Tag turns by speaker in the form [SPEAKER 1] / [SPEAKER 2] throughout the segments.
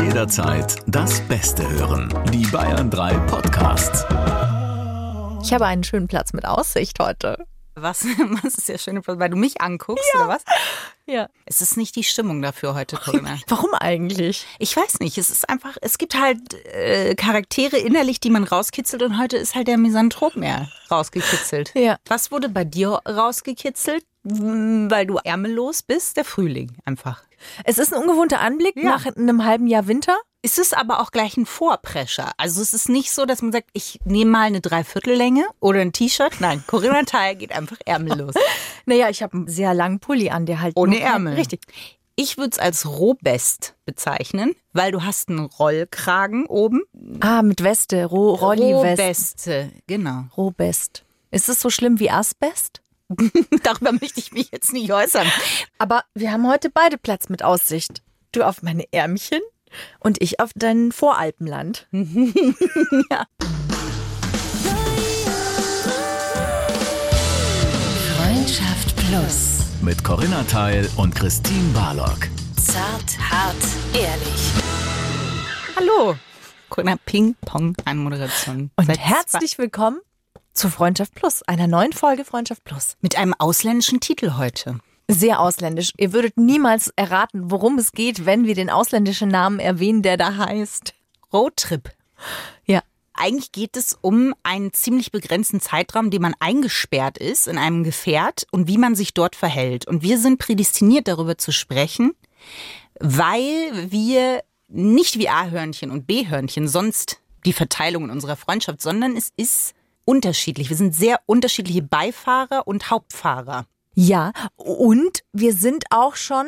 [SPEAKER 1] jederzeit das Beste hören. Die Bayern 3 Podcasts.
[SPEAKER 2] Ich habe einen schönen Platz mit Aussicht heute.
[SPEAKER 3] Was, was ist der schöne Platz? Weil du mich anguckst, oder was?
[SPEAKER 2] Ja.
[SPEAKER 3] Es ist nicht die Stimmung dafür heute, Corinna.
[SPEAKER 2] Warum eigentlich?
[SPEAKER 3] Ich weiß nicht, es ist einfach, es gibt halt äh, Charaktere innerlich, die man rauskitzelt und heute ist halt der Misanthrop mehr rausgekitzelt.
[SPEAKER 2] Ja.
[SPEAKER 3] Was wurde bei dir rausgekitzelt, m, weil du ärmellos bist? Der Frühling einfach.
[SPEAKER 2] Es ist ein ungewohnter Anblick
[SPEAKER 3] Ja.
[SPEAKER 2] nach einem halben Jahr Winter.
[SPEAKER 3] Es ist aber auch gleich ein Vorprescher. Also es ist nicht so, dass man sagt, ich nehme mal eine Dreiviertellänge oder ein T-Shirt. Nein, Corinna Teil geht einfach ärmellos.
[SPEAKER 2] Naja, ich habe einen sehr langen Pulli an, der halt.
[SPEAKER 3] Ohne
[SPEAKER 2] nur-
[SPEAKER 3] Ärmel.
[SPEAKER 2] Richtig.
[SPEAKER 3] Ich würde es als Rohbest bezeichnen, weil du hast einen Rollkragen oben.
[SPEAKER 2] Ah, mit Weste, Ro Rolli-Weste.
[SPEAKER 3] Rohbeste, genau.
[SPEAKER 2] Rohbest. Ist es so schlimm wie Asbest?
[SPEAKER 3] Darüber möchte ich mich jetzt nicht äußern.
[SPEAKER 2] Aber wir haben heute beide Platz mit Aussicht. Du auf meine Ärmchen und ich auf dein Voralpenland.
[SPEAKER 4] Freundschaft Plus.
[SPEAKER 1] Mit Corinna Teil und Christine Barlock.
[SPEAKER 4] Zart, hart, ehrlich.
[SPEAKER 3] Hallo. Corinna Ping-Pong an Moderation.
[SPEAKER 2] Und
[SPEAKER 3] Seit
[SPEAKER 2] herzlich willkommen zu Freundschaft Plus, einer neuen Folge Freundschaft Plus.
[SPEAKER 3] zwei- Mit einem ausländischen Titel heute.
[SPEAKER 2] Sehr ausländisch. Ihr würdet niemals erraten, worum es geht, wenn wir den ausländischen Namen erwähnen, der da heißt.
[SPEAKER 3] Roadtrip.
[SPEAKER 2] Ja.
[SPEAKER 3] Eigentlich geht es um einen ziemlich begrenzten Zeitraum, den man eingesperrt ist in einem Gefährt und wie man sich dort verhält. Und wir sind prädestiniert darüber zu sprechen, weil wir nicht wie A-Hörnchen und B-Hörnchen sonst die Verteilung in unserer Freundschaft, sondern es ist unterschiedlich. Wir sind sehr unterschiedliche Beifahrer und Hauptfahrer.
[SPEAKER 2] Ja, und wir sind auch schon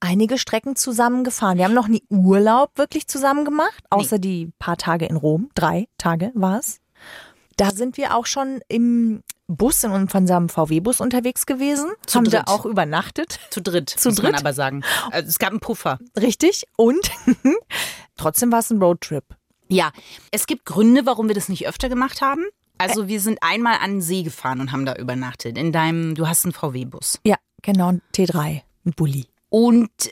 [SPEAKER 2] einige Strecken zusammengefahren. Wir haben noch nie Urlaub wirklich zusammen gemacht, außer die paar Tage in Rom. Drei Tage war es. Da sind wir auch schon im Bus, in unserem VW-Bus unterwegs gewesen.
[SPEAKER 3] Zu
[SPEAKER 2] haben da
[SPEAKER 3] dritt.
[SPEAKER 2] auch übernachtet.
[SPEAKER 3] Zu dritt,
[SPEAKER 2] Zu
[SPEAKER 3] muss man
[SPEAKER 2] dritt?
[SPEAKER 3] aber sagen. Also es gab einen Puffer.
[SPEAKER 2] Richtig. Und trotzdem war es ein Roadtrip.
[SPEAKER 3] Ja, es gibt Gründe, warum wir das nicht öfter gemacht haben. Also wir sind einmal an den See gefahren und haben da übernachtet. In deinem, du hast einen VW-Bus.
[SPEAKER 2] Ja, genau. ein T3. Ein Bulli.
[SPEAKER 3] Und äh,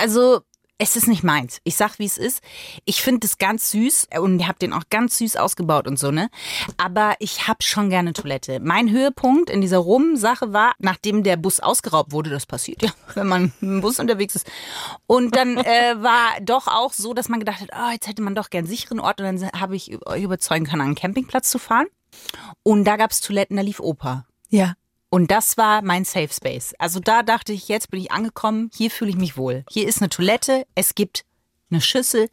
[SPEAKER 3] also es ist nicht meins. Ich sag, wie es ist. Ich finde das ganz süß und ich habe den auch ganz süß ausgebaut und so, ne? Aber ich hab schon gerne Toilette. Mein Höhepunkt in dieser Rum-Sache war, nachdem der Bus ausgeraubt wurde, das passiert ja, wenn man im Bus unterwegs ist. Und dann äh, war doch auch so, dass man gedacht hat, oh, jetzt hätte man doch gern einen sicheren Ort. Und dann habe ich euch überzeugen können, an einen Campingplatz zu fahren. Und da gab's Toiletten, da lief Oper.
[SPEAKER 2] Ja.
[SPEAKER 3] Und das war mein Safe Space. Also da dachte ich, jetzt bin ich angekommen, hier fühle ich mich wohl. Hier ist eine Toilette, es gibt eine Schüssel,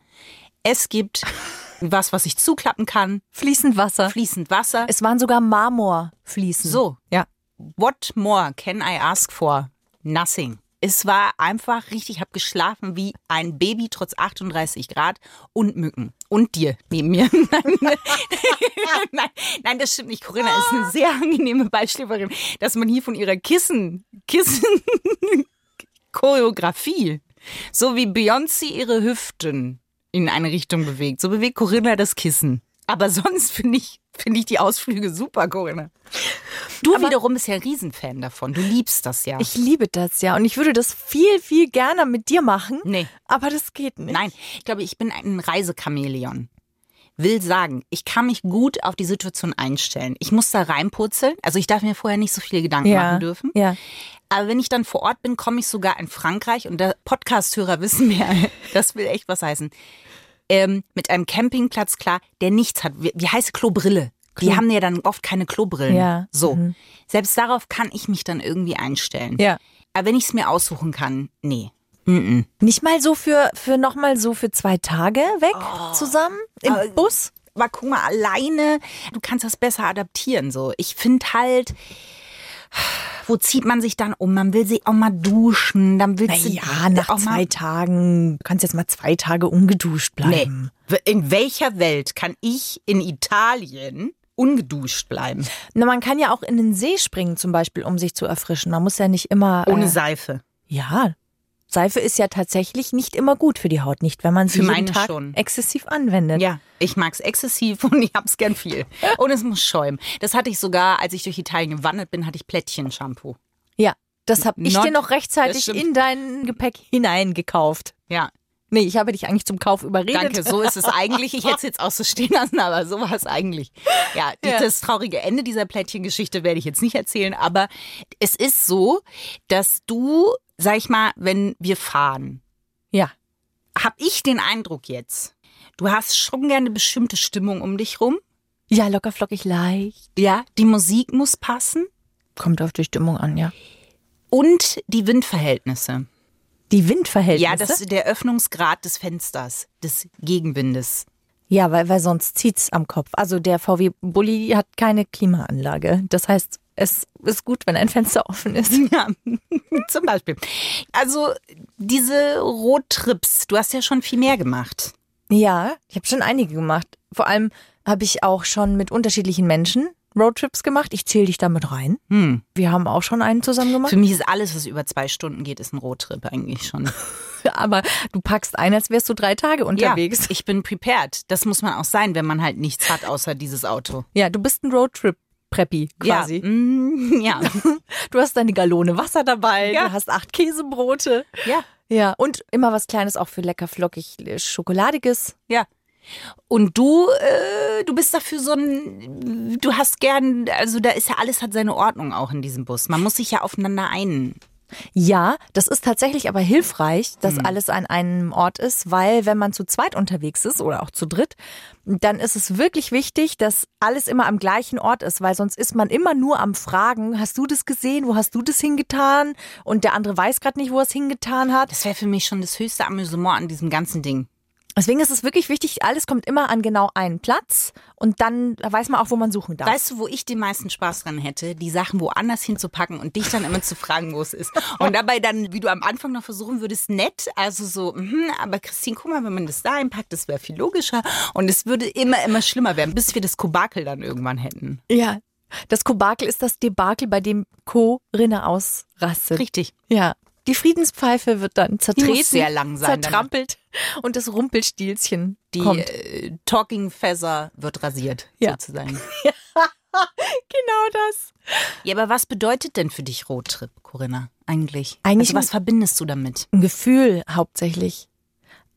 [SPEAKER 3] es gibt was, was ich zuklappen kann,
[SPEAKER 2] Fließend Wasser.
[SPEAKER 3] fließend Wasser.
[SPEAKER 2] Es waren sogar Marmorfliesen.
[SPEAKER 3] So,
[SPEAKER 2] Ja.
[SPEAKER 3] what more can I ask for? Nothing. Es war einfach richtig, ich habe geschlafen wie ein Baby trotz 38 Grad und Mücken. Und dir neben mir. Nein, nein, nein, das stimmt nicht. Corinna ist eine sehr angenehme Beischläferin, dass man hier von ihrer Kissen, Kissen, Choreografie, so wie Beyoncé ihre Hüften in eine Richtung bewegt, so bewegt Corinna das Kissen. Aber sonst finde ich, finde ich die Ausflüge super, Corinna. Du wiederum bist ja ein Riesenfan davon. Du liebst das ja.
[SPEAKER 2] Ich liebe das ja und ich würde das viel, viel gerne mit dir machen.
[SPEAKER 3] Nee.
[SPEAKER 2] Aber das geht nicht.
[SPEAKER 3] Nein, ich glaube, ich bin ein Reisechamäleon. Will sagen, ich kann mich gut auf die Situation einstellen. Ich muss da reinpurzeln. Also ich darf mir vorher nicht so viele Gedanken
[SPEAKER 2] Ja.
[SPEAKER 3] machen dürfen.
[SPEAKER 2] Ja.
[SPEAKER 3] Aber wenn ich dann vor Ort bin, komme ich sogar in Frankreich und der Podcast-Hörer wissen mir, das will echt was heißen. Ähm, mit einem Campingplatz klar, der nichts hat. Wie, wie heißt Klobrille? Die haben ja dann oft keine Klobrillen.
[SPEAKER 2] Ja. mhm.
[SPEAKER 3] So. Selbst darauf kann ich mich dann irgendwie einstellen.
[SPEAKER 2] Ja. Mhm.
[SPEAKER 3] Aber wenn ich es mir aussuchen kann, nee.
[SPEAKER 2] Nicht mal so für, für nochmal so für zwei Tage weg zusammen im Bus.
[SPEAKER 3] Aber guck mal, alleine, du kannst das besser adaptieren. So, ich finde halt, wo zieht man sich dann um? Man will sie auch mal duschen, dann willst du
[SPEAKER 2] Ja, nach
[SPEAKER 3] auch
[SPEAKER 2] zwei
[SPEAKER 3] mal.
[SPEAKER 2] Tagen. Du kannst jetzt mal zwei Tage ungeduscht
[SPEAKER 3] Nee.
[SPEAKER 2] bleiben.
[SPEAKER 3] In welcher Welt kann ich in Italien ungeduscht bleiben?
[SPEAKER 2] Na, man kann ja auch in den See springen zum Beispiel, um sich zu erfrischen. Man muss ja nicht immer.
[SPEAKER 3] Ohne
[SPEAKER 2] äh,
[SPEAKER 3] Seife.
[SPEAKER 2] ja. Seife ist ja tatsächlich nicht immer gut für die Haut, nicht, wenn man sie
[SPEAKER 3] Für
[SPEAKER 2] jeden
[SPEAKER 3] meine
[SPEAKER 2] Tag
[SPEAKER 3] schon.
[SPEAKER 2] exzessiv anwendet.
[SPEAKER 3] Ja, ich mag's exzessiv und ich hab's gern viel. Und es muss schäumen. Das hatte ich sogar, als ich durch Italien gewandert bin, hatte ich Plättchenshampoo.
[SPEAKER 2] Ja, das habe ich
[SPEAKER 3] Not-
[SPEAKER 2] dir noch
[SPEAKER 3] das
[SPEAKER 2] rechtzeitig
[SPEAKER 3] stimmt.
[SPEAKER 2] in dein Gepäck hineingekauft.
[SPEAKER 3] Ja.
[SPEAKER 2] Nee, ich habe dich eigentlich zum Kauf überredet.
[SPEAKER 3] Danke, so ist es eigentlich. Ich hätte es jetzt auch so stehen lassen, aber so war es eigentlich. Ja, die-
[SPEAKER 2] Ja.
[SPEAKER 3] das traurige Ende dieser Plättchengeschichte werde ich jetzt nicht erzählen, aber es ist so, dass du, sag ich mal, wenn wir fahren,
[SPEAKER 2] Ja.
[SPEAKER 3] habe ich den Eindruck jetzt, du hast schon gerne eine bestimmte Stimmung um dich rum.
[SPEAKER 2] Ja, locker flockig leicht.
[SPEAKER 3] Ja. Die Musik muss passen
[SPEAKER 2] Kommt auf die Stimmung an, ja.
[SPEAKER 3] und die Windverhältnisse.
[SPEAKER 2] Die Windverhältnisse.
[SPEAKER 3] Ja, das, der Öffnungsgrad des Fensters, des Gegenwindes.
[SPEAKER 2] ja weil, weil sonst zieht's am Kopf. Also der VW Bulli hat keine Klimaanlage. Das heißt, es ist gut, wenn ein Fenster offen ist.
[SPEAKER 3] Ja, zum Beispiel. Also diese Roadtrips, du hast ja schon viel mehr gemacht.
[SPEAKER 2] Ja, ich habe schon einige gemacht. Vor allem habe ich auch schon mit unterschiedlichen Menschen Roadtrips gemacht. Ich zähle dich damit rein.
[SPEAKER 3] Hm.
[SPEAKER 2] Wir haben auch schon einen zusammen
[SPEAKER 3] Für
[SPEAKER 2] gemacht.
[SPEAKER 3] mich ist alles, was über zwei Stunden geht, ist ein Roadtrip eigentlich schon.
[SPEAKER 2] Aber du packst ein, als wärst du drei Tage unterwegs.
[SPEAKER 3] Ja, ich bin prepared. Das muss man auch sein, wenn man halt nichts hat außer dieses Auto.
[SPEAKER 2] Ja, du bist ein Roadtrip-Preppy quasi.
[SPEAKER 3] Ja, mm, ja.
[SPEAKER 2] Du hast deine Galone Wasser dabei,
[SPEAKER 3] Ja.
[SPEAKER 2] du hast acht Käsebrote.
[SPEAKER 3] ja.
[SPEAKER 2] Ja, und immer was Kleines auch für lecker flockig äh, Schokoladiges.
[SPEAKER 3] Ja. Und du, äh, du bist dafür so ein, du hast gern, also da ist ja alles hat seine Ordnung auch in diesem Bus. Man muss sich ja aufeinander ein.
[SPEAKER 2] Ja, das ist tatsächlich aber hilfreich, dass alles an einem Ort ist, weil wenn man zu zweit unterwegs ist oder auch zu dritt, dann ist es wirklich wichtig, dass alles immer am gleichen Ort ist, weil sonst ist man immer nur am Fragen, hast du das gesehen, wo hast du das hingetan? Und der andere weiß gerade nicht, wo er es hingetan hat.
[SPEAKER 3] Das wäre für mich schon das höchste Amüsement an diesem ganzen Ding.
[SPEAKER 2] Deswegen ist es wirklich wichtig, alles kommt immer an genau einen Platz und dann weiß man auch, wo man suchen darf.
[SPEAKER 3] Weißt du, wo ich den meisten Spaß dran hätte, die Sachen woanders hinzupacken und dich dann immer zu fragen, wo es ist. Und dabei dann, wie du am Anfang noch versuchen würdest, nett, also so, mhm, aber Christine, guck mal, wenn man das da einpackt, das wäre viel logischer. Und es würde immer, immer schlimmer werden, bis wir das Kobakel dann irgendwann hätten.
[SPEAKER 2] Ja. Das Kobakel ist das Debakel, bei dem Corinna ausrastet.
[SPEAKER 3] Richtig.
[SPEAKER 2] Ja. Die Friedenspfeife wird dann zertreten,
[SPEAKER 3] sehr lang sein
[SPEAKER 2] zertrampelt und das Rumpelstilzchen
[SPEAKER 3] Die
[SPEAKER 2] kommt.
[SPEAKER 3] äh, Talking Feather wird rasiert,
[SPEAKER 2] Ja.
[SPEAKER 3] sozusagen.
[SPEAKER 2] Genau das.
[SPEAKER 3] Ja, aber was bedeutet denn für dich Roadtrip, Corinna, eigentlich?
[SPEAKER 2] Eigentlich
[SPEAKER 3] also, was verbindest du damit?
[SPEAKER 2] Ein Gefühl hauptsächlich.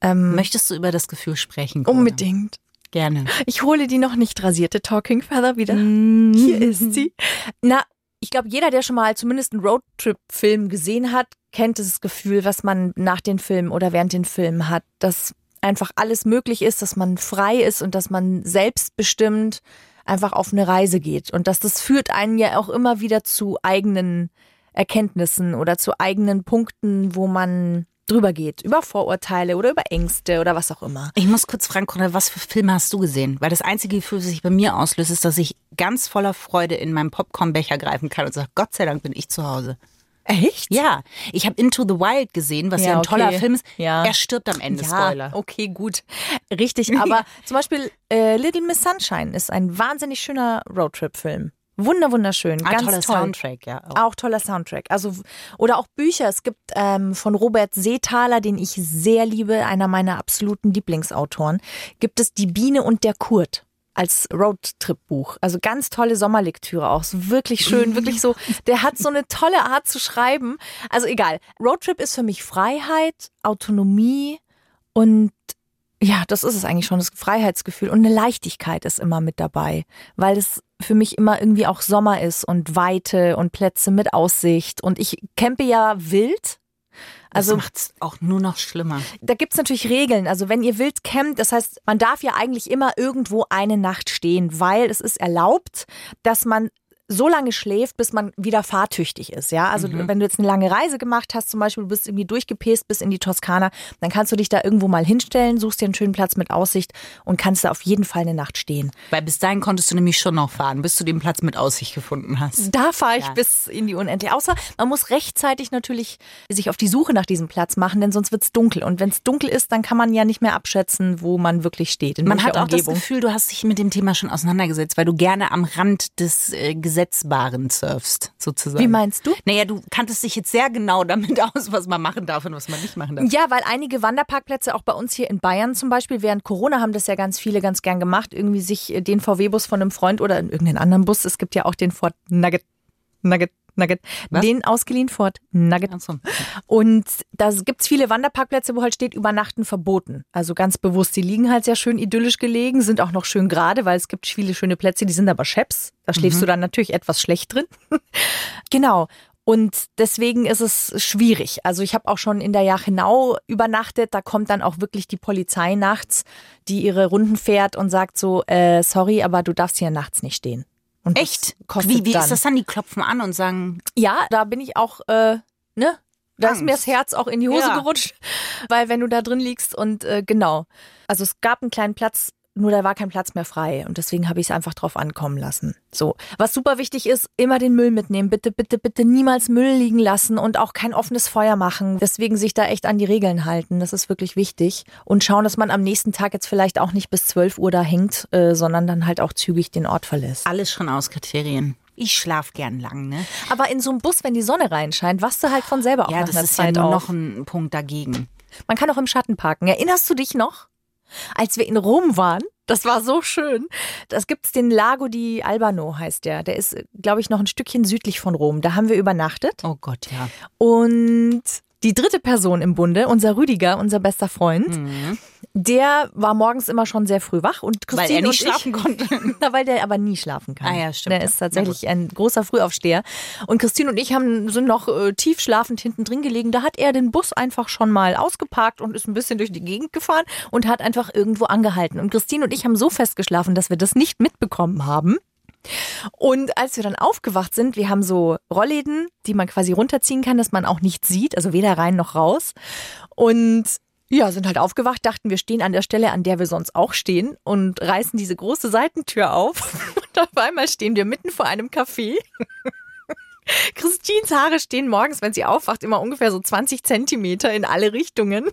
[SPEAKER 3] Möchtest du über das Gefühl sprechen? Corinna?
[SPEAKER 2] Mm. Unbedingt.
[SPEAKER 3] Gerne.
[SPEAKER 2] Ich hole die noch nicht rasierte Talking Feather wieder. Hier ist sie. Na, ich glaube, jeder, der schon mal zumindest einen Roadtrip-Film gesehen hat, kennt das Gefühl, was man nach den Filmen oder während den Filmen hat, dass einfach alles möglich ist, dass man frei ist und dass man selbstbestimmt einfach auf eine Reise geht. Und dass das führt einen ja auch immer wieder zu eigenen Erkenntnissen oder zu eigenen Punkten, wo man drüber geht, über Vorurteile oder über Ängste oder was auch immer.
[SPEAKER 3] Ich muss kurz fragen, Conrad, was für Filme hast du gesehen? Weil das einzige Gefühl, das sich bei mir auslöst, ist, dass ich ganz voller Freude in meinen Popcornbecher greifen kann und sage, Gott sei Dank bin ich zu Hause.
[SPEAKER 2] Echt?
[SPEAKER 3] Ja, ich habe Into the Wild gesehen, was ja,
[SPEAKER 2] Ja,
[SPEAKER 3] ein toller
[SPEAKER 2] okay.
[SPEAKER 3] Film ist.
[SPEAKER 2] Ja. Oh,
[SPEAKER 3] Er stirbt am Ende, Spoiler.
[SPEAKER 2] okay, gut. Richtig, aber zum Beispiel äh, Little Miss Sunshine ist ein wahnsinnig schöner Roadtrip-Film. Wunder, wunderschön.
[SPEAKER 3] Ah,
[SPEAKER 2] ganz
[SPEAKER 3] toller
[SPEAKER 2] toll.
[SPEAKER 3] Soundtrack, ja. Auch.
[SPEAKER 2] Auch toller Soundtrack. Also, oder auch Bücher. Es gibt ähm, von Robert Seethaler, den ich sehr liebe, einer meiner absoluten Lieblingsautoren, gibt es Die Biene und der Kurt als Roadtrip-Buch. Also ganz tolle Sommerlektüre auch. Ist wirklich schön, wirklich so. Der hat so eine tolle Art zu schreiben. Also egal. Roadtrip ist für mich Freiheit, Autonomie und ja, das ist es eigentlich schon, das Freiheitsgefühl. Und eine Leichtigkeit ist immer mit dabei, weil es für mich immer irgendwie auch Sommer ist und Weite und Plätze mit Aussicht. Und ich campe ja wild. Also
[SPEAKER 3] das macht's auch nur noch schlimmer.
[SPEAKER 2] da gibt's natürlich Regeln. Also wenn ihr wild campt, das heißt, man darf ja eigentlich immer irgendwo eine Nacht stehen, weil es ist erlaubt, dass man so lange schläft, bis man wieder fahrtüchtig ist. Ja, also wenn du jetzt eine lange Reise gemacht hast, zum Beispiel, du bist irgendwie durchgepest bis in die Toskana, dann kannst du dich da irgendwo mal hinstellen, suchst dir einen schönen Platz mit Aussicht und kannst da auf jeden Fall eine Nacht stehen.
[SPEAKER 3] Weil bis dahin konntest du nämlich schon noch fahren, bis du den Platz mit Aussicht gefunden hast.
[SPEAKER 2] Da fahre ich
[SPEAKER 3] Ja.
[SPEAKER 2] bis in die Unendlichkeit. Außer man muss rechtzeitig natürlich sich auf die Suche nach diesem Platz machen, denn sonst wird's dunkel. Und wenn's dunkel ist, dann kann man ja nicht mehr abschätzen, wo man wirklich steht. In
[SPEAKER 3] Man
[SPEAKER 2] welcher
[SPEAKER 3] hat auch das
[SPEAKER 2] Umgebung.
[SPEAKER 3] Gefühl, du hast dich mit dem Thema schon auseinandergesetzt, weil du gerne am Rand des äh, Gesetzbaren surfst, sozusagen.
[SPEAKER 2] Wie meinst du?
[SPEAKER 3] Naja, du kanntest dich jetzt sehr genau damit aus, was man machen darf und was man nicht machen darf.
[SPEAKER 2] Ja, weil einige Wanderparkplätze auch bei uns hier in Bayern zum Beispiel während Corona haben das ja ganz viele ganz gern gemacht, irgendwie sich äh, den VW-Bus von einem Freund oder in irgendeinen anderen Bus, es gibt ja auch den Ford Nugget, Nugget, Nugget.
[SPEAKER 3] Was?
[SPEAKER 2] Den ausgeliehen Ford Nugget.
[SPEAKER 3] Achso.
[SPEAKER 2] Und da gibt's viele Wanderparkplätze, wo halt steht, übernachten verboten. Also ganz bewusst, die liegen halt sehr schön idyllisch gelegen, sind auch noch schön gerade, weil es gibt viele schöne Plätze, die sind aber Scheps.
[SPEAKER 3] Mhm.
[SPEAKER 2] Da schläfst du dann natürlich etwas schlecht drin. genau. Und deswegen ist es schwierig. Also ich habe auch schon in der Jachenau übernachtet. Da kommt dann auch wirklich die Polizei nachts, die ihre Runden fährt und sagt so, äh, sorry, aber du darfst hier nachts nicht stehen. Und das
[SPEAKER 3] Echt?
[SPEAKER 2] Kostet
[SPEAKER 3] Wie, wie
[SPEAKER 2] dann.
[SPEAKER 3] ist das dann? Die klopfen an und sagen,
[SPEAKER 2] Ja, da bin ich auch, äh, ne? Da ist
[SPEAKER 3] Angst.
[SPEAKER 2] mir das Herz auch in die Hose
[SPEAKER 3] Ja.
[SPEAKER 2] gerutscht, weil wenn du da drin liegst und äh, genau. Also es gab einen kleinen Platz, nur da war kein Platz mehr frei und deswegen habe ich es einfach drauf ankommen lassen. So, was super wichtig ist, immer den Müll mitnehmen. Bitte, bitte, bitte niemals Müll liegen lassen und auch kein offenes Feuer machen. Deswegen sich da echt an die Regeln halten, das ist wirklich wichtig und schauen, dass man am nächsten Tag jetzt vielleicht auch nicht bis 12 Uhr da hängt, äh, sondern dann halt auch zügig den Ort verlässt.
[SPEAKER 3] alles schon aus Kriterien. Ich schlaf gern lang, ne?
[SPEAKER 2] Aber in so einem Bus, wenn die Sonne reinscheint, wachst du halt von selber auch
[SPEAKER 3] Ja,
[SPEAKER 2] nach
[SPEAKER 3] das
[SPEAKER 2] einer
[SPEAKER 3] ist ja
[SPEAKER 2] Zeit
[SPEAKER 3] nur
[SPEAKER 2] auf.
[SPEAKER 3] noch ein Punkt dagegen.
[SPEAKER 2] Man kann auch im Schatten parken. Erinnerst du dich noch, als wir in Rom waren? Das war so schön. Das gibt's den Lago di Albano heißt der. Der ist, glaube ich, noch ein Stückchen südlich von Rom. Da haben wir übernachtet.
[SPEAKER 3] Oh Gott, ja.
[SPEAKER 2] Und die dritte Person im Bunde, unser Rüdiger, unser bester
[SPEAKER 3] Hm.
[SPEAKER 2] Freund, der war morgens immer schon sehr früh wach und Christine
[SPEAKER 3] Mhm. Weil er
[SPEAKER 2] und
[SPEAKER 3] nicht
[SPEAKER 2] ich,
[SPEAKER 3] schlafen konnte.
[SPEAKER 2] na, weil der aber nie schlafen kann.
[SPEAKER 3] Ah ja, stimmt.
[SPEAKER 2] Der ist
[SPEAKER 3] Ja,
[SPEAKER 2] tatsächlich ein großer Frühaufsteher. Und Christine und ich haben, sind noch äh, tief schlafend hinten drin gelegen. Da hat er den Bus einfach schon mal ausgeparkt und ist ein bisschen durch die Gegend gefahren und hat einfach irgendwo angehalten. Und Christine und ich haben so fest geschlafen, dass wir das nicht mitbekommen haben. Und als wir dann aufgewacht sind, wir haben so Rollläden, die man quasi runterziehen kann, dass man auch nicht sieht, also weder rein noch raus. Und ja, sind halt aufgewacht, dachten, wir stehen an der Stelle, an der wir sonst auch stehen und reißen diese große Seitentür auf. Und auf einmal stehen wir mitten vor einem Café. Christines Haare stehen morgens, wenn sie aufwacht, immer ungefähr so 20 Zentimeter in alle Richtungen.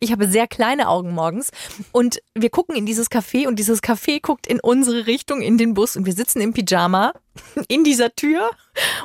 [SPEAKER 2] Ich habe sehr kleine Augen morgens und wir gucken in dieses Café und dieses Café guckt in unsere Richtung in den Bus und wir sitzen im Pyjama in dieser Tür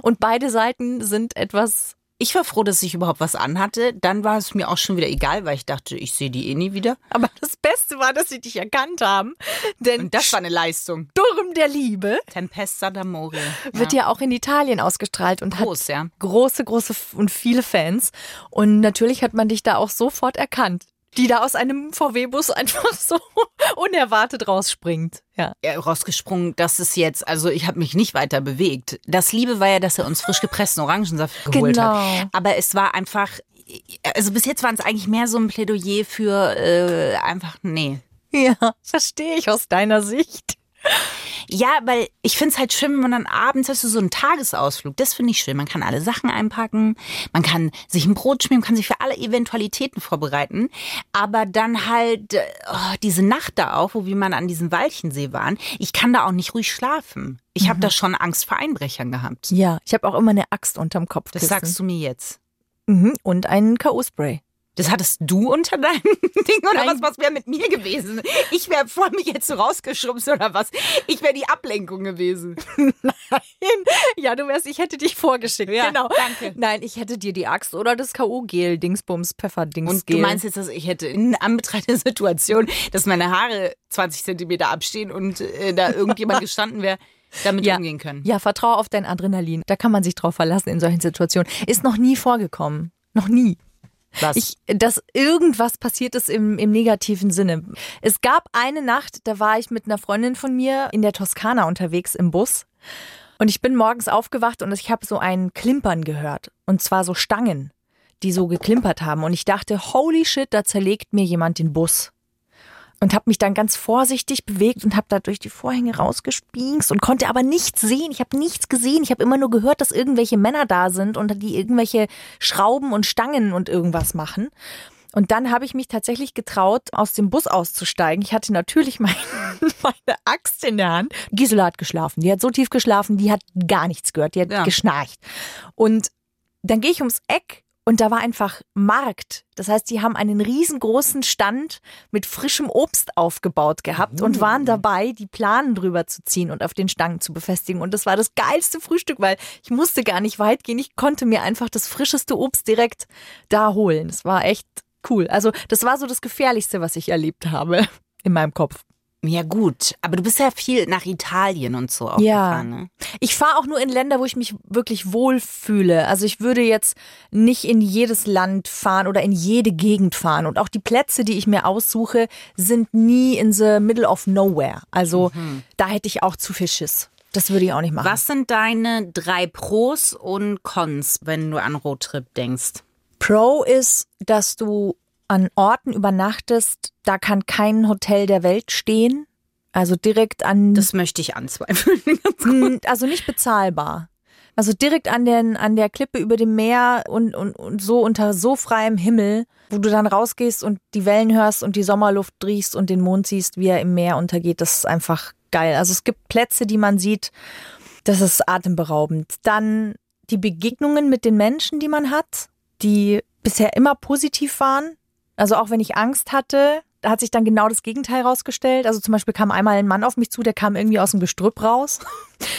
[SPEAKER 2] und beide Seiten sind etwas
[SPEAKER 3] Ich war froh, dass ich überhaupt was anhatte. Dann war es mir auch schon wieder egal, weil ich dachte, ich sehe die eh nie wieder.
[SPEAKER 2] aber das Beste war, dass sie dich erkannt haben, denn
[SPEAKER 3] Und das war eine Leistung.
[SPEAKER 2] Sturm der Liebe
[SPEAKER 3] Tempesta d'amore.
[SPEAKER 2] wird ja auch in Italien ausgestrahlt und hat
[SPEAKER 3] groß, ja.
[SPEAKER 2] große, große f- und viele Fans. Und natürlich hat man dich da auch sofort erkannt, die da aus einem VW-Bus einfach so unerwartet rausspringt. Ja.
[SPEAKER 3] ja. äh, Rausgesprungen, das ist jetzt, also ich habe mich nicht weiter bewegt. Das Liebe war ja, dass er uns frisch gepressten Orangensaft geholt
[SPEAKER 2] Genau.
[SPEAKER 3] hat. Aber es war einfach, also bis jetzt waren es eigentlich mehr so ein Plädoyer für äh, einfach, nee.
[SPEAKER 2] Ja, verstehe ich aus deiner Sicht.
[SPEAKER 3] Ja, weil ich find's halt schön, wenn man dann abends, hast du so einen Tagesausflug, das finde ich schön. Man kann alle Sachen einpacken, man kann sich ein Brot schmieren, man kann sich für alle Eventualitäten vorbereiten. Aber dann halt äh, oh, diese Nacht da auch, wo wir mal an diesem Walchensee waren, ich kann da auch nicht ruhig schlafen. Ich hab habe da schon Angst vor Einbrechern gehabt.
[SPEAKER 2] Ja, ich habe auch immer eine Axt unterm Kopf.
[SPEAKER 3] Das sagst du mir jetzt.
[SPEAKER 2] Mhm. Und einen K.O.-Spray.
[SPEAKER 3] Das hattest du unter deinem Ding oder
[SPEAKER 2] Nein.
[SPEAKER 3] was? Was wäre mit mir gewesen? Ich wäre vor mich jetzt so rausgeschubst oder was? Ich wäre die Ablenkung gewesen.
[SPEAKER 2] Ja, du wärst, ich hätte dich vorgeschickt.
[SPEAKER 3] Ja,
[SPEAKER 2] genau.
[SPEAKER 3] danke.
[SPEAKER 2] Nein, ich hätte dir die Axt oder das K.O.-Gel, Dingsbums, Pfefferdingsgel.
[SPEAKER 3] Und du meinst jetzt, dass ich hätte in Anbetracht der Situation, dass meine Haare 20 Zentimeter abstehen und äh, da irgendjemand gestanden wäre, damit
[SPEAKER 2] ja.
[SPEAKER 3] umgehen können.
[SPEAKER 2] Ja, vertrau auf dein Adrenalin. Da kann man sich drauf verlassen in solchen Situationen. Ist noch nie vorgekommen. Noch nie.
[SPEAKER 3] Was?
[SPEAKER 2] Ich, dass irgendwas passiert ist im, im negativen Sinne. Es gab eine Nacht, da war ich mit einer Freundin von mir in der Toskana unterwegs im Bus. Und ich bin morgens aufgewacht und ich habe so ein Klimpern gehört. Und zwar so Stangen, die so geklimpert haben. Und ich dachte, holy shit, da zerlegt mir jemand den Bus. Und habe mich dann ganz vorsichtig bewegt und habe da durch die Vorhänge rausgespinkst und konnte aber nichts sehen. Ich habe nichts gesehen. Ich habe immer nur gehört, dass irgendwelche Männer da sind und die irgendwelche Schrauben und Stangen und irgendwas machen. Und dann habe ich mich tatsächlich getraut, aus dem Bus auszusteigen. Ich hatte natürlich mein, meine Axt in der Hand. Gisela hat geschlafen. Die hat so tief geschlafen, die hat gar nichts gehört. Die hat
[SPEAKER 3] Ja.
[SPEAKER 2] geschnarcht. Und dann gehe ich ums Eck und da war einfach Markt. Das heißt, die haben einen riesengroßen Stand mit frischem Obst aufgebaut gehabt und waren dabei, die Planen drüber zu ziehen und auf den Stangen zu befestigen. Und das war das geilste Frühstück, weil ich musste gar nicht weit gehen. Ich konnte mir einfach das frischeste Obst direkt da holen. Das war echt cool. Also das war so das Gefährlichste, was ich erlebt habe in meinem Kopf.
[SPEAKER 3] Ja, gut. Aber du bist ja viel nach Italien und so auch
[SPEAKER 2] Ja.
[SPEAKER 3] gefahren, ne?
[SPEAKER 2] Ich fahre auch nur in Länder, wo ich mich wirklich wohlfühle. Also ich würde jetzt nicht in jedes Land fahren oder in jede Gegend fahren. Und auch die Plätze, die ich mir aussuche, sind nie in the middle of nowhere. Also da hätte ich auch zu viel Schiss. Das würde ich auch nicht machen.
[SPEAKER 3] Mhm. Was sind deine drei Pros und Cons, wenn du an Roadtrip denkst?
[SPEAKER 2] Pro ist, dass du an Orten übernachtest, da kann kein Hotel der Welt stehen. Also direkt an
[SPEAKER 3] Das möchte ich anzweifeln.
[SPEAKER 2] Mm, Also nicht bezahlbar. Also direkt an, den, an der Klippe über dem Meer und, und, und so unter so freiem Himmel, wo du dann rausgehst und die Wellen hörst und die Sommerluft riechst und den Mond siehst, wie er im Meer untergeht. Das ist einfach geil. Also es gibt Plätze, die man sieht, das ist atemberaubend. Dann die Begegnungen mit den Menschen, die man hat, die bisher immer positiv waren. Also auch wenn ich Angst hatte, da hat sich dann genau das Gegenteil rausgestellt. Also zum Beispiel kam einmal ein Mann auf mich zu, der kam irgendwie aus dem Gestrüpp raus.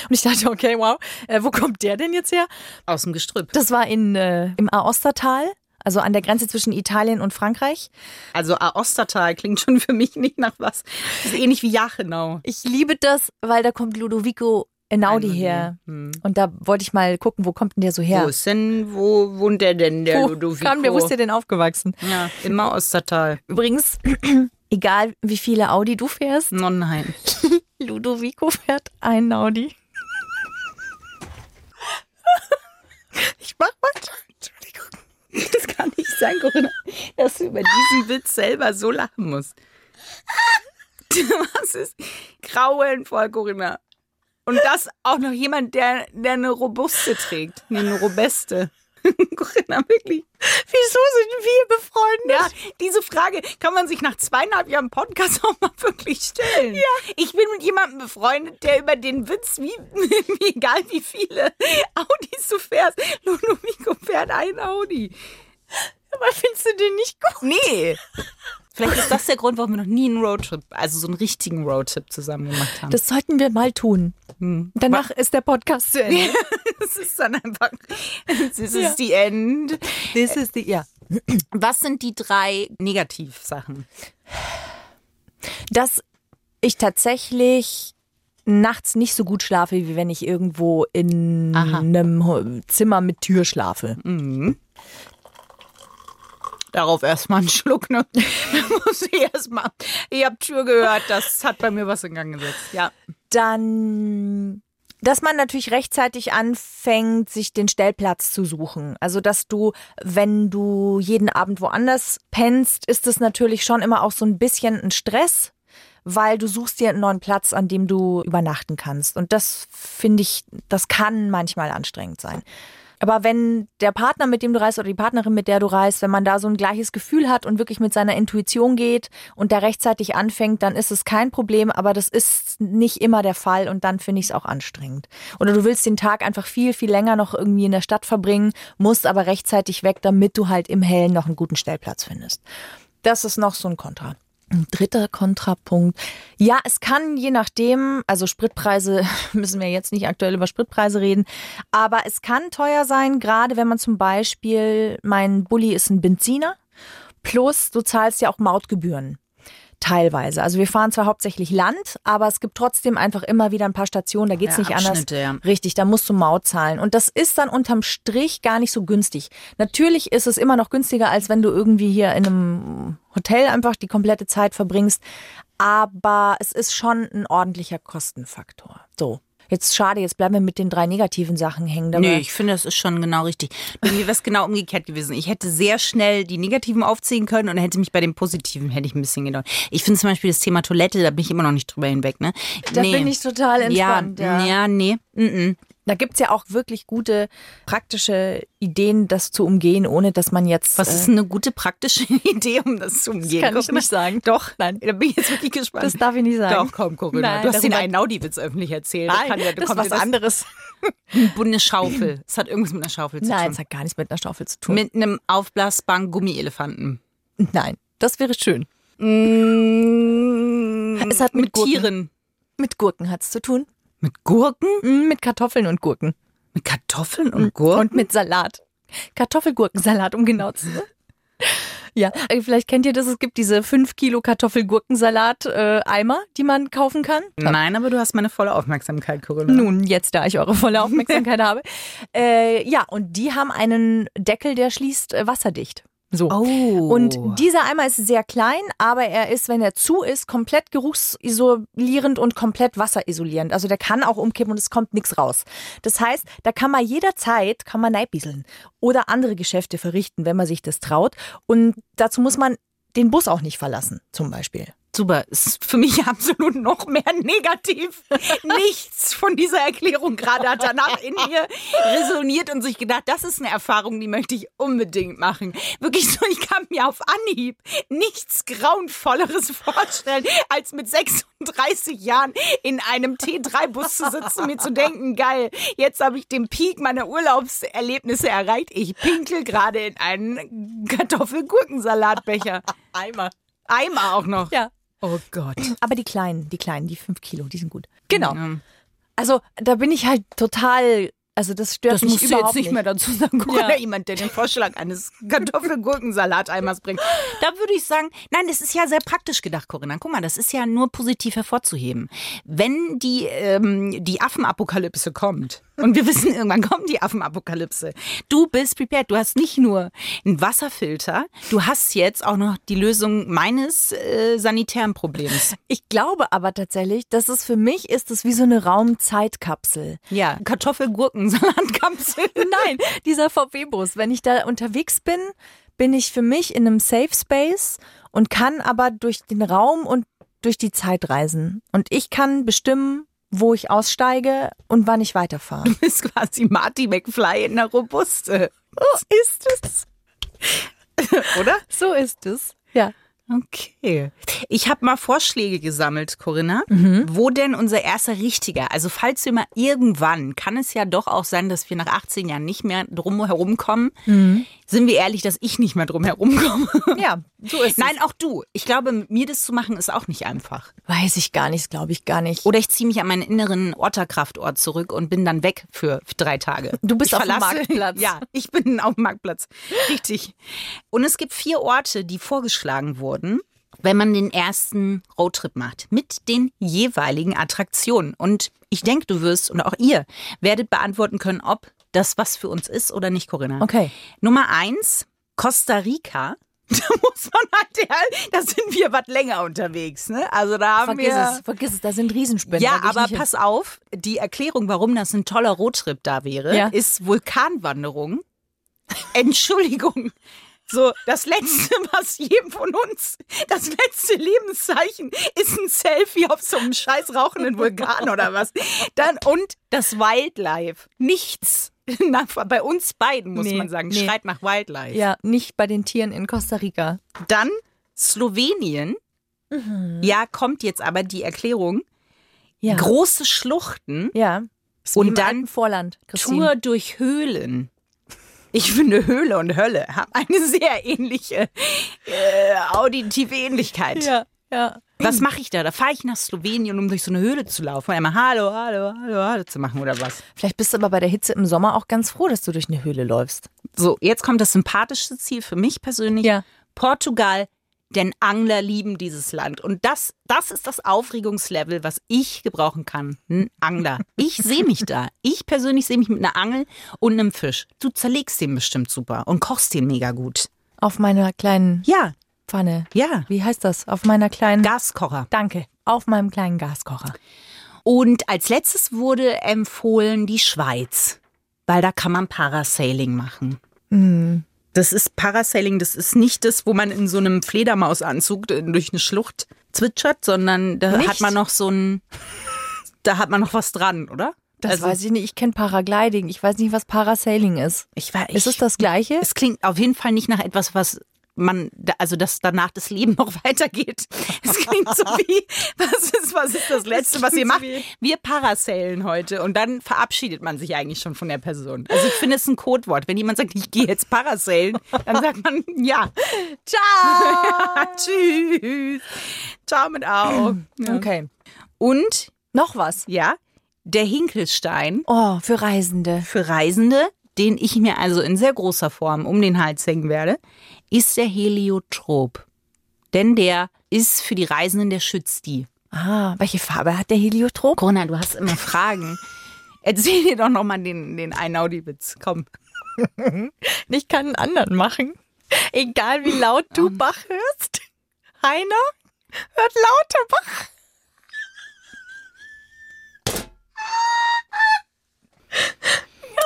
[SPEAKER 2] Und ich dachte, okay, wow, äh, wo kommt der denn jetzt her?
[SPEAKER 3] Aus dem Gestrüpp.
[SPEAKER 2] Das war in, äh, im Aostatal, also an der Grenze zwischen Italien und Frankreich.
[SPEAKER 3] Also Aostatal klingt schon für mich nicht nach was. Das ist ähnlich wie Jachenau.
[SPEAKER 2] Ich liebe das, weil da kommt Ludovico Einaudi her.
[SPEAKER 3] Hm.
[SPEAKER 2] Und da wollte ich mal gucken, wo kommt denn der so her?
[SPEAKER 3] Wo ist denn, wo wohnt der denn, der
[SPEAKER 2] Wo
[SPEAKER 3] Ludovico?
[SPEAKER 2] kam der, wo ist der denn aufgewachsen?
[SPEAKER 3] Ja, im Aostatal.
[SPEAKER 2] Übrigens, egal wie viele Audi du fährst,
[SPEAKER 3] No, nein.
[SPEAKER 2] Ludovico fährt einen Audi. ich mach mal. Entschuldigung.
[SPEAKER 3] Das kann nicht sein, Corinna, dass du über diesen Witz selber so lachen musst. Was ist grauenvoll, Corinna. Und das auch noch jemand, der, der eine Robuste trägt. Nee, eine Robeste. Corinna, wirklich.
[SPEAKER 2] Wieso sind wir befreundet?
[SPEAKER 3] Ja, diese Frage kann man sich nach zweieinhalb Jahren Podcast auch mal wirklich stellen. Ja. Ich bin mit jemandem befreundet, der über den Witz, wie, wie egal wie viele Audis du fährst, Ludovico fährt ein Audi.
[SPEAKER 2] Aber findest du den nicht gut?
[SPEAKER 3] Nee. Vielleicht ist das der Grund, warum wir noch nie einen Roadtrip, also so einen richtigen Roadtrip zusammen gemacht haben.
[SPEAKER 2] Das sollten wir mal tun. Danach ist der Podcast zu Ende.
[SPEAKER 3] Das ist dann einfach. This is the end.
[SPEAKER 2] This is the, ja.
[SPEAKER 3] Was sind die drei Negativsachen?
[SPEAKER 2] Dass ich tatsächlich nachts nicht so gut schlafe, wie wenn ich irgendwo in
[SPEAKER 3] Aha.
[SPEAKER 2] einem Ho- Zimmer mit Tür schlafe.
[SPEAKER 3] Darauf erstmal einen Schluck, ne? Muss ich erstmal. Ihr habt Tür gehört, das hat bei mir was in Gang gesetzt. Ja.
[SPEAKER 2] Dann, dass man natürlich rechtzeitig anfängt, sich den Stellplatz zu suchen. Also, dass du, wenn du jeden Abend woanders pennst, ist es natürlich schon immer auch so ein bisschen ein Stress, weil du suchst dir einen neuen Platz, an dem du übernachten kannst. Und das finde ich, das kann manchmal anstrengend sein. Aber wenn der Partner, mit dem du reist oder die Partnerin, mit der du reist, wenn man da so ein gleiches Gefühl hat und wirklich mit seiner Intuition geht und da rechtzeitig anfängt, dann ist es kein Problem, aber das ist nicht immer der Fall und dann finde ich es auch anstrengend. Oder du willst den Tag einfach viel, viel länger noch irgendwie in der Stadt verbringen, musst aber rechtzeitig weg, damit du halt im Hellen noch einen guten Stellplatz findest. Das ist noch so ein Kontra. Ein dritter Kontrapunkt. Ja, es kann je nachdem, also Spritpreise müssen wir jetzt nicht aktuell über Spritpreise reden, aber es kann teuer sein, gerade wenn man zum Beispiel, mein Bulli ist ein Benziner, plus du zahlst ja auch Mautgebühren. Teilweise. Also wir fahren zwar hauptsächlich Land, aber es gibt trotzdem einfach immer wieder ein paar Stationen, da geht's
[SPEAKER 3] Ja,
[SPEAKER 2] nicht anders.
[SPEAKER 3] Abschnitte, ja.
[SPEAKER 2] Richtig, da musst du Maut zahlen. Und das ist dann unterm Strich gar nicht so günstig. Natürlich ist es immer noch günstiger, als wenn du irgendwie hier in einem Hotel einfach die komplette Zeit verbringst. Aber es ist schon ein ordentlicher Kostenfaktor. So. Jetzt schade, jetzt bleiben wir mit den drei negativen Sachen hängen. aber-
[SPEAKER 3] Nee, ich finde, das ist schon genau richtig. Bei mir wäre es genau umgekehrt gewesen. Ich hätte sehr schnell die Negativen aufziehen können und hätte mich bei den Positiven hätte ich ein bisschen gedauert. Ich finde zum Beispiel das Thema Toilette, da bin ich immer noch nicht drüber hinweg. Ne?
[SPEAKER 2] Da bin ich total entspannt,
[SPEAKER 3] Ja,
[SPEAKER 2] ja.
[SPEAKER 3] ja nee. Mm -mm.
[SPEAKER 2] Da gibt's ja auch wirklich gute praktische Ideen, das zu umgehen, ohne dass man jetzt.
[SPEAKER 3] Was
[SPEAKER 2] äh,
[SPEAKER 3] ist eine gute praktische Idee, um das zu umgehen?
[SPEAKER 2] kann ich
[SPEAKER 3] Corinna?
[SPEAKER 2] nicht sagen.
[SPEAKER 3] Doch, nein. Da bin ich jetzt wirklich gespannt.
[SPEAKER 2] Das darf ich nicht sagen.
[SPEAKER 3] Doch, komm, Corinna.
[SPEAKER 2] Nein,
[SPEAKER 3] du hast den
[SPEAKER 2] darüber-
[SPEAKER 3] einen Audi-Witz öffentlich erzählt.
[SPEAKER 2] Nein,
[SPEAKER 3] kann ja-
[SPEAKER 2] das ist
[SPEAKER 3] kommt
[SPEAKER 2] was
[SPEAKER 3] dir das-
[SPEAKER 2] anderes.
[SPEAKER 3] Bunde Schaufel. Es hat irgendwas mit einer Schaufel zu
[SPEAKER 2] Nein, es
[SPEAKER 3] tun.
[SPEAKER 2] hat gar nichts mit einer Staffel zu tun.
[SPEAKER 3] Mit einem aufblasbaren Gummielefanten.
[SPEAKER 2] Nein, das wäre schön.
[SPEAKER 3] Es
[SPEAKER 2] Es hat Mm. mit
[SPEAKER 3] mit
[SPEAKER 2] Gurken.
[SPEAKER 3] Tieren.
[SPEAKER 2] Mit Gurken hat's zu tun.
[SPEAKER 3] Mit Gurken?
[SPEAKER 2] Mm, Mit Kartoffeln und Gurken.
[SPEAKER 3] Mit Kartoffeln und Gurken?
[SPEAKER 2] Und mit Salat. Kartoffelgurkensalat, um genau zu sein. Ja, äh, vielleicht kennt ihr das, es gibt diese 5 Kilo Kartoffel-Gurkensalat-Eimer, die man kaufen kann.
[SPEAKER 3] Nein, aber du hast meine volle Aufmerksamkeit, Corinna.
[SPEAKER 2] Nun, jetzt, da ich eure volle Aufmerksamkeit habe. Äh, ja, und die haben einen Deckel, der schließt äh, wasserdicht. So.
[SPEAKER 3] Oh.
[SPEAKER 2] Und dieser Eimer ist sehr klein, aber er ist, wenn er zu ist, komplett geruchsisolierend und komplett wasserisolierend. Also der kann auch umkippen und es kommt nichts raus. Das heißt, da kann man jederzeit, kann man neibieseln oder andere Geschäfte verrichten, wenn man sich das traut. Und dazu muss man den Bus auch nicht verlassen, zum Beispiel.
[SPEAKER 3] Super, ist für mich absolut noch mehr negativ. Nichts von dieser Erklärung gerade hat danach in mir resoniert und sich gedacht, das ist eine Erfahrung, die möchte ich unbedingt machen. Wirklich so, ich kann mir auf Anhieb nichts Grauenvolleres vorstellen, als mit 36 Jahren in einem T3-Bus zu sitzen und mir zu denken, geil, jetzt habe ich den Peak meiner Urlaubserlebnisse erreicht. Ich pinkel gerade in einen Kartoffel-Gurkensalatbecher. Eimer. Eimer auch noch.
[SPEAKER 2] Ja.
[SPEAKER 3] Oh Gott.
[SPEAKER 2] Aber die kleinen, die kleinen, die 5 Kilo, die sind gut. Genau. Also da bin ich halt total, also das stört
[SPEAKER 3] Das
[SPEAKER 2] mich
[SPEAKER 3] musst du
[SPEAKER 2] überhaupt
[SPEAKER 3] jetzt nicht mehr dazu sagen. Guck mal, jemand, der den Vorschlag eines Kartoffelgurkensalateimers bringt. Da würde ich sagen, nein, das ist ja sehr praktisch gedacht, Corinna. Guck mal, das ist ja nur positiv hervorzuheben. Wenn die, ähm, die Affenapokalypse kommt, und wir wissen, irgendwann kommt die Affenapokalypse, du bist prepared. Du hast nicht nur einen Wasserfilter, du hast jetzt auch noch die Lösung meines äh, sanitären Problems.
[SPEAKER 2] Ich glaube aber tatsächlich, dass es für mich ist, es wie so eine Raumzeitkapsel.
[SPEAKER 3] Ja, Kartoffelgurkensalatkapsel.
[SPEAKER 2] Nein, dieser VW-Bus, wenn ich da unterwegs bin, bin ich für mich in einem Safe Space und kann aber durch den Raum und durch die Zeit reisen. Und ich kann bestimmen, wo ich aussteige und wann ich weiterfahre.
[SPEAKER 3] ist quasi Marty McFly in einer Robuste.
[SPEAKER 2] Ist es?
[SPEAKER 3] Oder?
[SPEAKER 2] So ist es. Ja.
[SPEAKER 3] Okay. Ich habe mal Vorschläge gesammelt, Corinna.
[SPEAKER 2] Mhm.
[SPEAKER 3] Wo denn unser erster richtiger? Also falls wir mal irgendwann, kann es ja doch auch sein, dass wir nach 18 Jahren nicht mehr drum herum kommen.
[SPEAKER 2] Mhm.
[SPEAKER 3] Sind wir ehrlich, dass ich nicht mehr drum herum komme?
[SPEAKER 2] Ja, so ist
[SPEAKER 3] Nein, auch du. Ich glaube, mit mir das zu machen, ist auch nicht einfach.
[SPEAKER 2] es. Weiß ich gar nicht, glaube ich gar nicht.
[SPEAKER 3] Oder ich ziehe mich an meinen inneren Otterkraftort zurück und bin dann weg für drei Tage.
[SPEAKER 2] Du bist
[SPEAKER 3] ich
[SPEAKER 2] auf dem Marktplatz.
[SPEAKER 3] Ja, ich bin auf dem Marktplatz. Richtig. Und es gibt vier Orte, die vorgeschlagen wurden, wenn man den ersten Roadtrip macht, mit den jeweiligen Attraktionen. Und ich denke, du wirst und auch ihr werdet beantworten können, ob das was für uns ist oder nicht, Corinna.
[SPEAKER 2] Okay.
[SPEAKER 3] Nummer eins, Costa Rica. Da muss man halt, ja, da sind wir was länger unterwegs, ne? Also da haben
[SPEAKER 2] Vergiss
[SPEAKER 3] wir.
[SPEAKER 2] es, vergiss es, da sind Riesenspinnen.
[SPEAKER 3] Ja,
[SPEAKER 2] da geh ich
[SPEAKER 3] aber
[SPEAKER 2] nicht hin.
[SPEAKER 3] pass auf, die Erklärung, warum das ein toller Roadtrip da wäre,
[SPEAKER 2] Ja.
[SPEAKER 3] ist Vulkanwanderung. Entschuldigung. So, das Letzte, was jedem von uns, das letzte Lebenszeichen ist ein Selfie auf so einem scheiß rauchenden Vulkan oder was. Dann, und das Wildlife. Nichts. Na, bei uns beiden muss
[SPEAKER 2] Nee,
[SPEAKER 3] man sagen,
[SPEAKER 2] nee.
[SPEAKER 3] schreit nach Wildlife.
[SPEAKER 2] Ja, nicht bei den Tieren in Costa Rica.
[SPEAKER 3] Dann Slowenien. Ja, kommt jetzt aber die Erklärung.
[SPEAKER 2] Mhm. Ja.
[SPEAKER 3] Große Schluchten.
[SPEAKER 2] ja.
[SPEAKER 3] Und
[SPEAKER 2] Im
[SPEAKER 3] dann
[SPEAKER 2] alten Vorland, Christine.
[SPEAKER 3] Tour durch Höhlen. Ich finde Höhle und Hölle haben eine sehr ähnliche äh, auditive Ähnlichkeit.
[SPEAKER 2] Ja, ja.
[SPEAKER 3] Was mache ich da? Da fahre ich nach Slowenien, um durch so eine Höhle zu laufen und einmal Hallo, Hallo, Hallo, Hallo zu machen oder was?
[SPEAKER 2] Vielleicht bist du aber bei der Hitze im Sommer auch ganz froh, dass du durch eine Höhle läufst.
[SPEAKER 3] So, jetzt kommt das sympathischste Ziel für mich persönlich.
[SPEAKER 2] Ja.
[SPEAKER 3] Portugal, denn Angler lieben dieses Land. Und das, das ist das Aufregungslevel, was ich gebrauchen kann. Ein Angler. Ich sehe mich da. Ich persönlich sehe mich mit einer Angel und einem Fisch. Du zerlegst den bestimmt super und kochst den mega gut.
[SPEAKER 2] Auf meiner kleinen
[SPEAKER 3] Ja,
[SPEAKER 2] Pfanne.
[SPEAKER 3] ja.
[SPEAKER 2] Wie heißt das? Auf meiner kleinen.
[SPEAKER 3] Gaskocher.
[SPEAKER 2] Danke. Auf meinem kleinen Gaskocher.
[SPEAKER 3] Und als letztes wurde empfohlen die Schweiz, weil da kann man Parasailing machen. Das ist Parasailing, das ist nicht das, wo man in so einem Fledermausanzug äh, durch eine Schlucht zwitschert, sondern da
[SPEAKER 2] Nicht?
[SPEAKER 3] hat man noch so ein, da hat man noch was dran, oder?
[SPEAKER 2] Das
[SPEAKER 3] Also
[SPEAKER 2] weiß ich nicht. Ich kenne Paragliding. Ich weiß nicht, was Parasailing ist.
[SPEAKER 3] ich war,
[SPEAKER 2] Ist es das Gleiche?
[SPEAKER 3] Es klingt auf jeden Fall nicht nach etwas, was man, da- also dass danach das Leben noch weitergeht. Es klingt so wie, was ist, was ist das Letzte, was ihr macht? Wir parasailen heute und dann verabschiedet man sich eigentlich schon von der Person. Also ich finde es ist ein Codewort. Wenn jemand sagt, ich gehe jetzt parasailen, dann sagt man, ja, ciao, tschüss, ciao mit Au.
[SPEAKER 2] Okay.
[SPEAKER 3] Und,
[SPEAKER 2] Noch was?
[SPEAKER 3] ja, der Hinkelstein
[SPEAKER 2] Oh, für Reisende.
[SPEAKER 3] für Reisende, den ich mir also in sehr großer Form um den Hals hängen werde, ist der Heliotrop. Denn der ist für die Reisenden, der schützt die.
[SPEAKER 2] Ah, welche Farbe hat der Heliotrop?
[SPEAKER 3] Corona, du hast immer Fragen. Erzähl dir doch nochmal den, den Einaudi-Witz. Komm.
[SPEAKER 2] Ich kann einen anderen machen. Egal wie laut du Bach hörst. Heiner hört lauter Bach.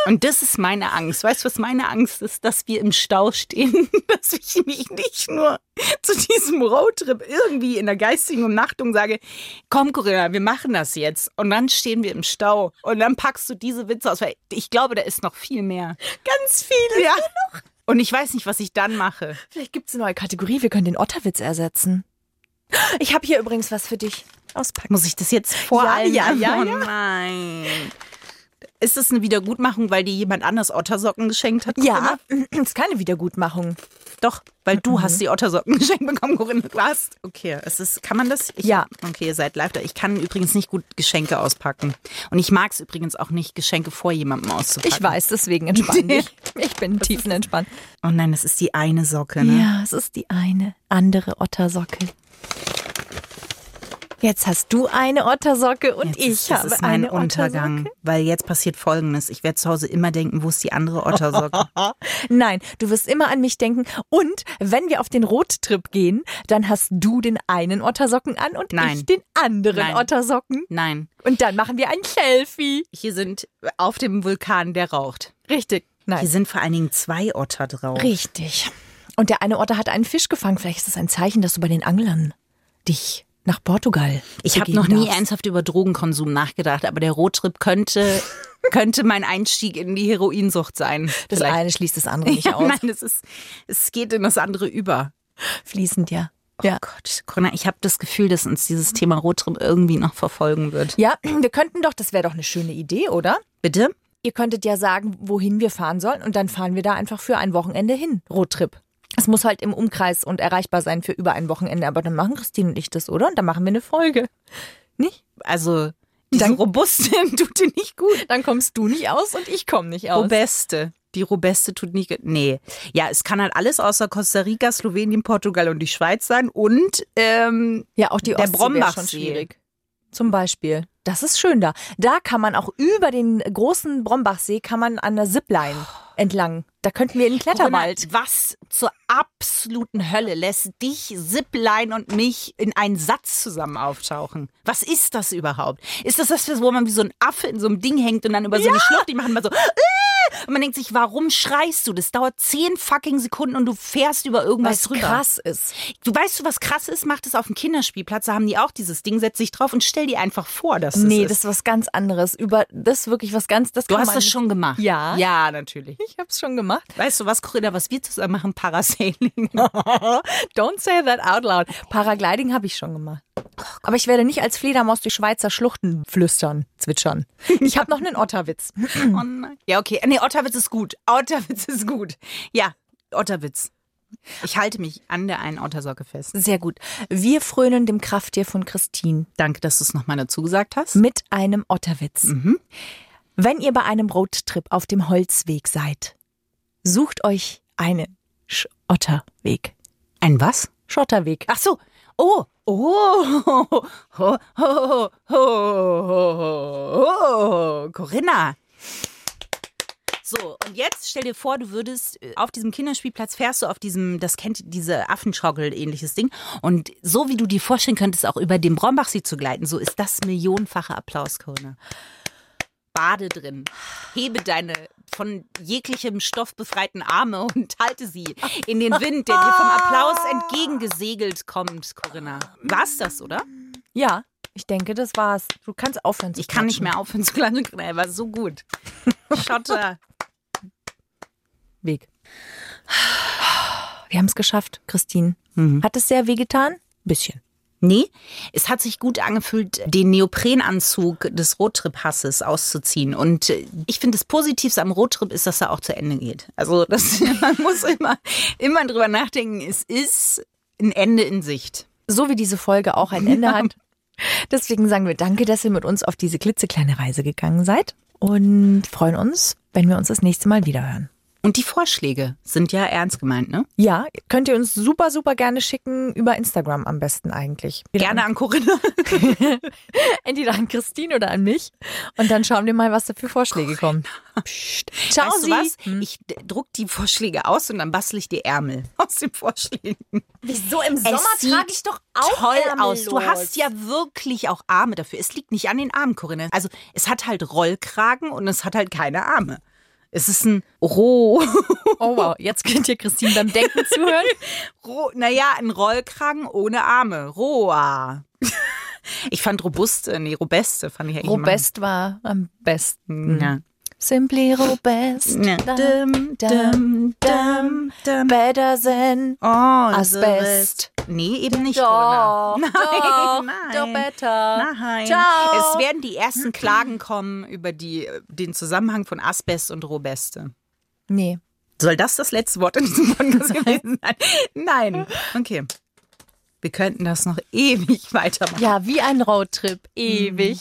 [SPEAKER 3] Und das ist meine Angst. Weißt du, was meine Angst ist? Dass wir im Stau stehen, dass ich mich nicht nur zu diesem Roadtrip irgendwie in der geistigen Umnachtung sage, komm Corinna, wir machen das jetzt. Und dann stehen wir im Stau und dann packst du diese Witze aus, weil ich glaube, da ist noch viel mehr.
[SPEAKER 2] Ganz viele.
[SPEAKER 3] Ja. Und ich weiß nicht, was ich dann mache.
[SPEAKER 2] Vielleicht gibt es eine neue Kategorie. Wir können den Otterwitz ersetzen. Ich habe hier übrigens was für dich. Auspacken.
[SPEAKER 3] Muss ich das jetzt vor
[SPEAKER 2] Ja,
[SPEAKER 3] allen
[SPEAKER 2] ja, ja,
[SPEAKER 3] Oh
[SPEAKER 2] ja.
[SPEAKER 3] nein. Ist das eine Wiedergutmachung, weil dir jemand anders Ottersocken geschenkt hat?
[SPEAKER 2] Ja,
[SPEAKER 3] Corinna?
[SPEAKER 2] ist keine Wiedergutmachung.
[SPEAKER 3] Doch, weil du hast die Ottersocken geschenkt bekommen, Corinna. Du hast. Mhm. Okay, es ist, kann man das? Ich,
[SPEAKER 2] Ja.
[SPEAKER 3] Okay, ihr seid live da. Ich kann übrigens nicht gut Geschenke auspacken. Und ich mag es übrigens auch nicht, Geschenke vor jemandem auszupacken.
[SPEAKER 2] Ich weiß, deswegen entspann dich. Ich bin tiefenentspannt.
[SPEAKER 3] Oh nein, das ist die eine Socke, ne?
[SPEAKER 2] Ja, es ist die eine andere Ottersocke. Jetzt hast du eine Ottersocke und
[SPEAKER 3] Jetzt
[SPEAKER 2] ich
[SPEAKER 3] ist, das
[SPEAKER 2] habe
[SPEAKER 3] ist mein
[SPEAKER 2] eine
[SPEAKER 3] Untergang,
[SPEAKER 2] Ottersocke.
[SPEAKER 3] weil jetzt passiert Folgendes. Ich werde zu Hause immer denken, wo ist die andere Ottersocke?
[SPEAKER 2] Nein, du wirst immer an mich denken. Und wenn wir auf den Rottrip gehen, dann hast du den einen Ottersocken an und
[SPEAKER 3] Nein.
[SPEAKER 2] ich den anderen
[SPEAKER 3] Nein.
[SPEAKER 2] Ottersocken.
[SPEAKER 3] Nein,
[SPEAKER 2] Und dann machen wir ein Selfie.
[SPEAKER 3] hier sind auf dem Vulkan, der raucht.
[SPEAKER 2] Richtig.
[SPEAKER 3] Hier
[SPEAKER 2] Nein.
[SPEAKER 3] sind vor allen Dingen zwei Otter drauf.
[SPEAKER 2] Richtig. Und der eine Otter hat einen Fisch gefangen. Vielleicht ist das ein Zeichen, dass du bei den Anglern dich nach Portugal.
[SPEAKER 3] Ich habe
[SPEAKER 2] begeben
[SPEAKER 3] noch nie
[SPEAKER 2] darfst.
[SPEAKER 3] ernsthaft über Drogenkonsum nachgedacht, aber der Roadtrip könnte, könnte mein Einstieg in die Heroinsucht sein.
[SPEAKER 2] Das
[SPEAKER 3] Vielleicht.
[SPEAKER 2] eine schließt das andere nicht
[SPEAKER 3] ja,
[SPEAKER 2] aus.
[SPEAKER 3] nein, es, ist, es geht in das andere über.
[SPEAKER 2] Fließend, ja. Ja.
[SPEAKER 3] Oh Gott, Corinna, ich habe das Gefühl, dass uns dieses Thema Roadtrip irgendwie noch verfolgen wird.
[SPEAKER 2] Ja, wir könnten doch, das wäre doch eine schöne Idee, oder?
[SPEAKER 3] Bitte?
[SPEAKER 2] Ihr könntet ja sagen, wohin wir fahren sollen und dann fahren wir da einfach für ein Wochenende hin. Roadtrip. Es muss halt im Umkreis und erreichbar sein für über ein Wochenende, aber dann machen Christine und ich das, oder? Und dann machen wir eine Folge. Nicht?
[SPEAKER 3] Also, diese
[SPEAKER 2] Dann-
[SPEAKER 3] Robuste tut dir nicht gut.
[SPEAKER 2] Dann kommst du nicht aus und ich komme nicht aus.
[SPEAKER 3] Robeste. Die Robeste tut nicht. ge- Nee. Ja, es kann halt alles außer Costa Rica, Slowenien, Portugal und die Schweiz sein. Und ähm,
[SPEAKER 2] Ja, auch die
[SPEAKER 3] Der
[SPEAKER 2] Ostsee wäre schon
[SPEAKER 3] Brombachsee.
[SPEAKER 2] schwierig. Zum Beispiel. Das ist schön da. Da kann man auch über den großen Brombachsee kann man an der Zipline
[SPEAKER 3] Oh.
[SPEAKER 2] entlang. Da könnten wir in den Kletterwald.
[SPEAKER 3] Corinna, Was zur absoluten Hölle lässt dich, Zipline und mich in einen Satz zusammen auftauchen? Was ist das überhaupt? Ist das das, wo man wie so ein Affe in so einem Ding hängt und dann über so eine Schlucht, die machen mal so. "Äh!" Und man denkt sich, warum schreist du? Das dauert zehn fucking Sekunden und du fährst über irgendwas
[SPEAKER 2] Was
[SPEAKER 3] drüber.
[SPEAKER 2] krass ist.
[SPEAKER 3] Du weißt du, was krass ist? Macht es auf dem Kinderspielplatz. Da haben die auch dieses Ding, setz dich drauf und stell dir einfach vor, dass es
[SPEAKER 2] Nee,
[SPEAKER 3] ist.
[SPEAKER 2] das ist was ganz anderes. Über das ist wirklich was ganz. Das
[SPEAKER 3] Du
[SPEAKER 2] kann
[SPEAKER 3] hast
[SPEAKER 2] man
[SPEAKER 3] das schon gemacht.
[SPEAKER 2] Ja.
[SPEAKER 3] Ja, natürlich.
[SPEAKER 2] Ich hab's schon gemacht.
[SPEAKER 3] Weißt du was, Corinna, was wir zusammen machen? Parasailing.
[SPEAKER 2] Oh, Don't say that out loud. Paragliding habe ich schon gemacht.
[SPEAKER 3] Oh
[SPEAKER 2] Aber ich werde nicht als Fledermaus durch Schweizer Schluchten flüstern, zwitschern. Ich habe noch einen Otterwitz.
[SPEAKER 3] Oh nein. Ja, okay. Nee, Otterwitz ist gut. Otterwitz ist gut. Ja, Otterwitz. Ich halte mich an der einen Ottersocke fest.
[SPEAKER 2] Sehr gut. Wir frönen dem Krafttier von Christine.
[SPEAKER 3] Danke, dass du es nochmal dazu gesagt hast.
[SPEAKER 2] mit einem Otterwitz.
[SPEAKER 3] Mhm.
[SPEAKER 2] Wenn ihr bei einem Roadtrip auf dem Holzweg seid, sucht euch einen Schotterweg.
[SPEAKER 3] Ein was?
[SPEAKER 2] Schotterweg.
[SPEAKER 3] Ach so. Oh. Oh. Ho, ho, ho, ho, ho, ho. Corinna. So, und jetzt stell dir vor, du würdest äh, auf diesem Kinderspielplatz fährst du auf diesem, das kennt diese Affenschaukel ähnliches Ding und so wie du dir vorstellen könntest, auch über den Brombachsee zu gleiten, so ist das millionenfacher Applaus, Corinna. Bade drin. Hebe deine von jeglichem Stoff befreiten Arme und halte sie in den Wind, der dir vom Applaus entgegengesegelt kommt, Corinna. War's das, oder?
[SPEAKER 2] Ja, ich denke, das war's. Du kannst aufhören zu
[SPEAKER 3] Ich kann nicht
[SPEAKER 2] klatschen.
[SPEAKER 3] mehr aufhören zu klatschen, Corinna. Er war so gut. Schotter.
[SPEAKER 2] Weg. Wir haben es geschafft, Christine.
[SPEAKER 3] Mhm.
[SPEAKER 2] Hat es sehr wehgetan? Bisschen.
[SPEAKER 3] Nee, es hat sich gut angefühlt, den Neoprenanzug des Roadtrip-Hasses auszuziehen. Und äh, ich finde, das Positivste am Roadtrip ist, dass er auch zu Ende geht. Also das, man muss immer, immer drüber nachdenken, es ist ein Ende in Sicht.
[SPEAKER 2] So wie diese Folge auch ein Ende hat. Deswegen sagen wir danke, dass ihr mit uns auf diese klitzekleine Reise gegangen seid und freuen uns, wenn wir uns das nächste Mal wiederhören.
[SPEAKER 3] Und die Vorschläge sind ja ernst gemeint, ne?
[SPEAKER 2] Ja, könnt ihr uns super, super gerne schicken, über Instagram am besten eigentlich. Wieder
[SPEAKER 3] Gerne an Corinna.
[SPEAKER 2] An, entweder an Christine oder an mich. Und dann schauen wir mal, was da für Vorschläge kommen. Psst. Ciao,
[SPEAKER 3] Weißt du
[SPEAKER 2] Sie. Hm.
[SPEAKER 3] was? Ich d- druck die Vorschläge aus und dann bastel ich die Ärmel aus den Vorschlägen.
[SPEAKER 2] Wieso im
[SPEAKER 3] toll aus. Du hast ja wirklich auch Arme dafür. Es liegt nicht an den Armen, Corinna. Also es hat halt Rollkragen und es hat halt keine Arme. Es ist ein roh,
[SPEAKER 2] Oh wow, jetzt könnt ihr Christine beim Denken zuhören.
[SPEAKER 3] roh naja, ein Rollkragen ohne Arme. Roa. Ich fand robuste, nee, robeste fand ich ja immer- Hm,
[SPEAKER 2] Robest war am besten.
[SPEAKER 3] Ja.
[SPEAKER 2] Simply Robest.
[SPEAKER 3] Ja.
[SPEAKER 2] Da,
[SPEAKER 3] Dum, dum, dum, dum.
[SPEAKER 2] Better than.
[SPEAKER 3] Oh,
[SPEAKER 2] Asbest.
[SPEAKER 3] Nee, eben nicht.
[SPEAKER 2] Doch,
[SPEAKER 3] Corinna. Nein,
[SPEAKER 2] doch,
[SPEAKER 3] nein.
[SPEAKER 2] doch better.
[SPEAKER 3] Nein.
[SPEAKER 2] Ciao. Mhm.
[SPEAKER 3] Es werden die ersten Klagen kommen über die, den Zusammenhang von Asbest und Rohbeste.
[SPEAKER 2] Nee.
[SPEAKER 3] Soll das das letzte Wort in diesem Podcast gewesen sein? Nein. Okay. Wir könnten das noch ewig weitermachen.
[SPEAKER 2] Ja, wie ein Roadtrip. Ewig.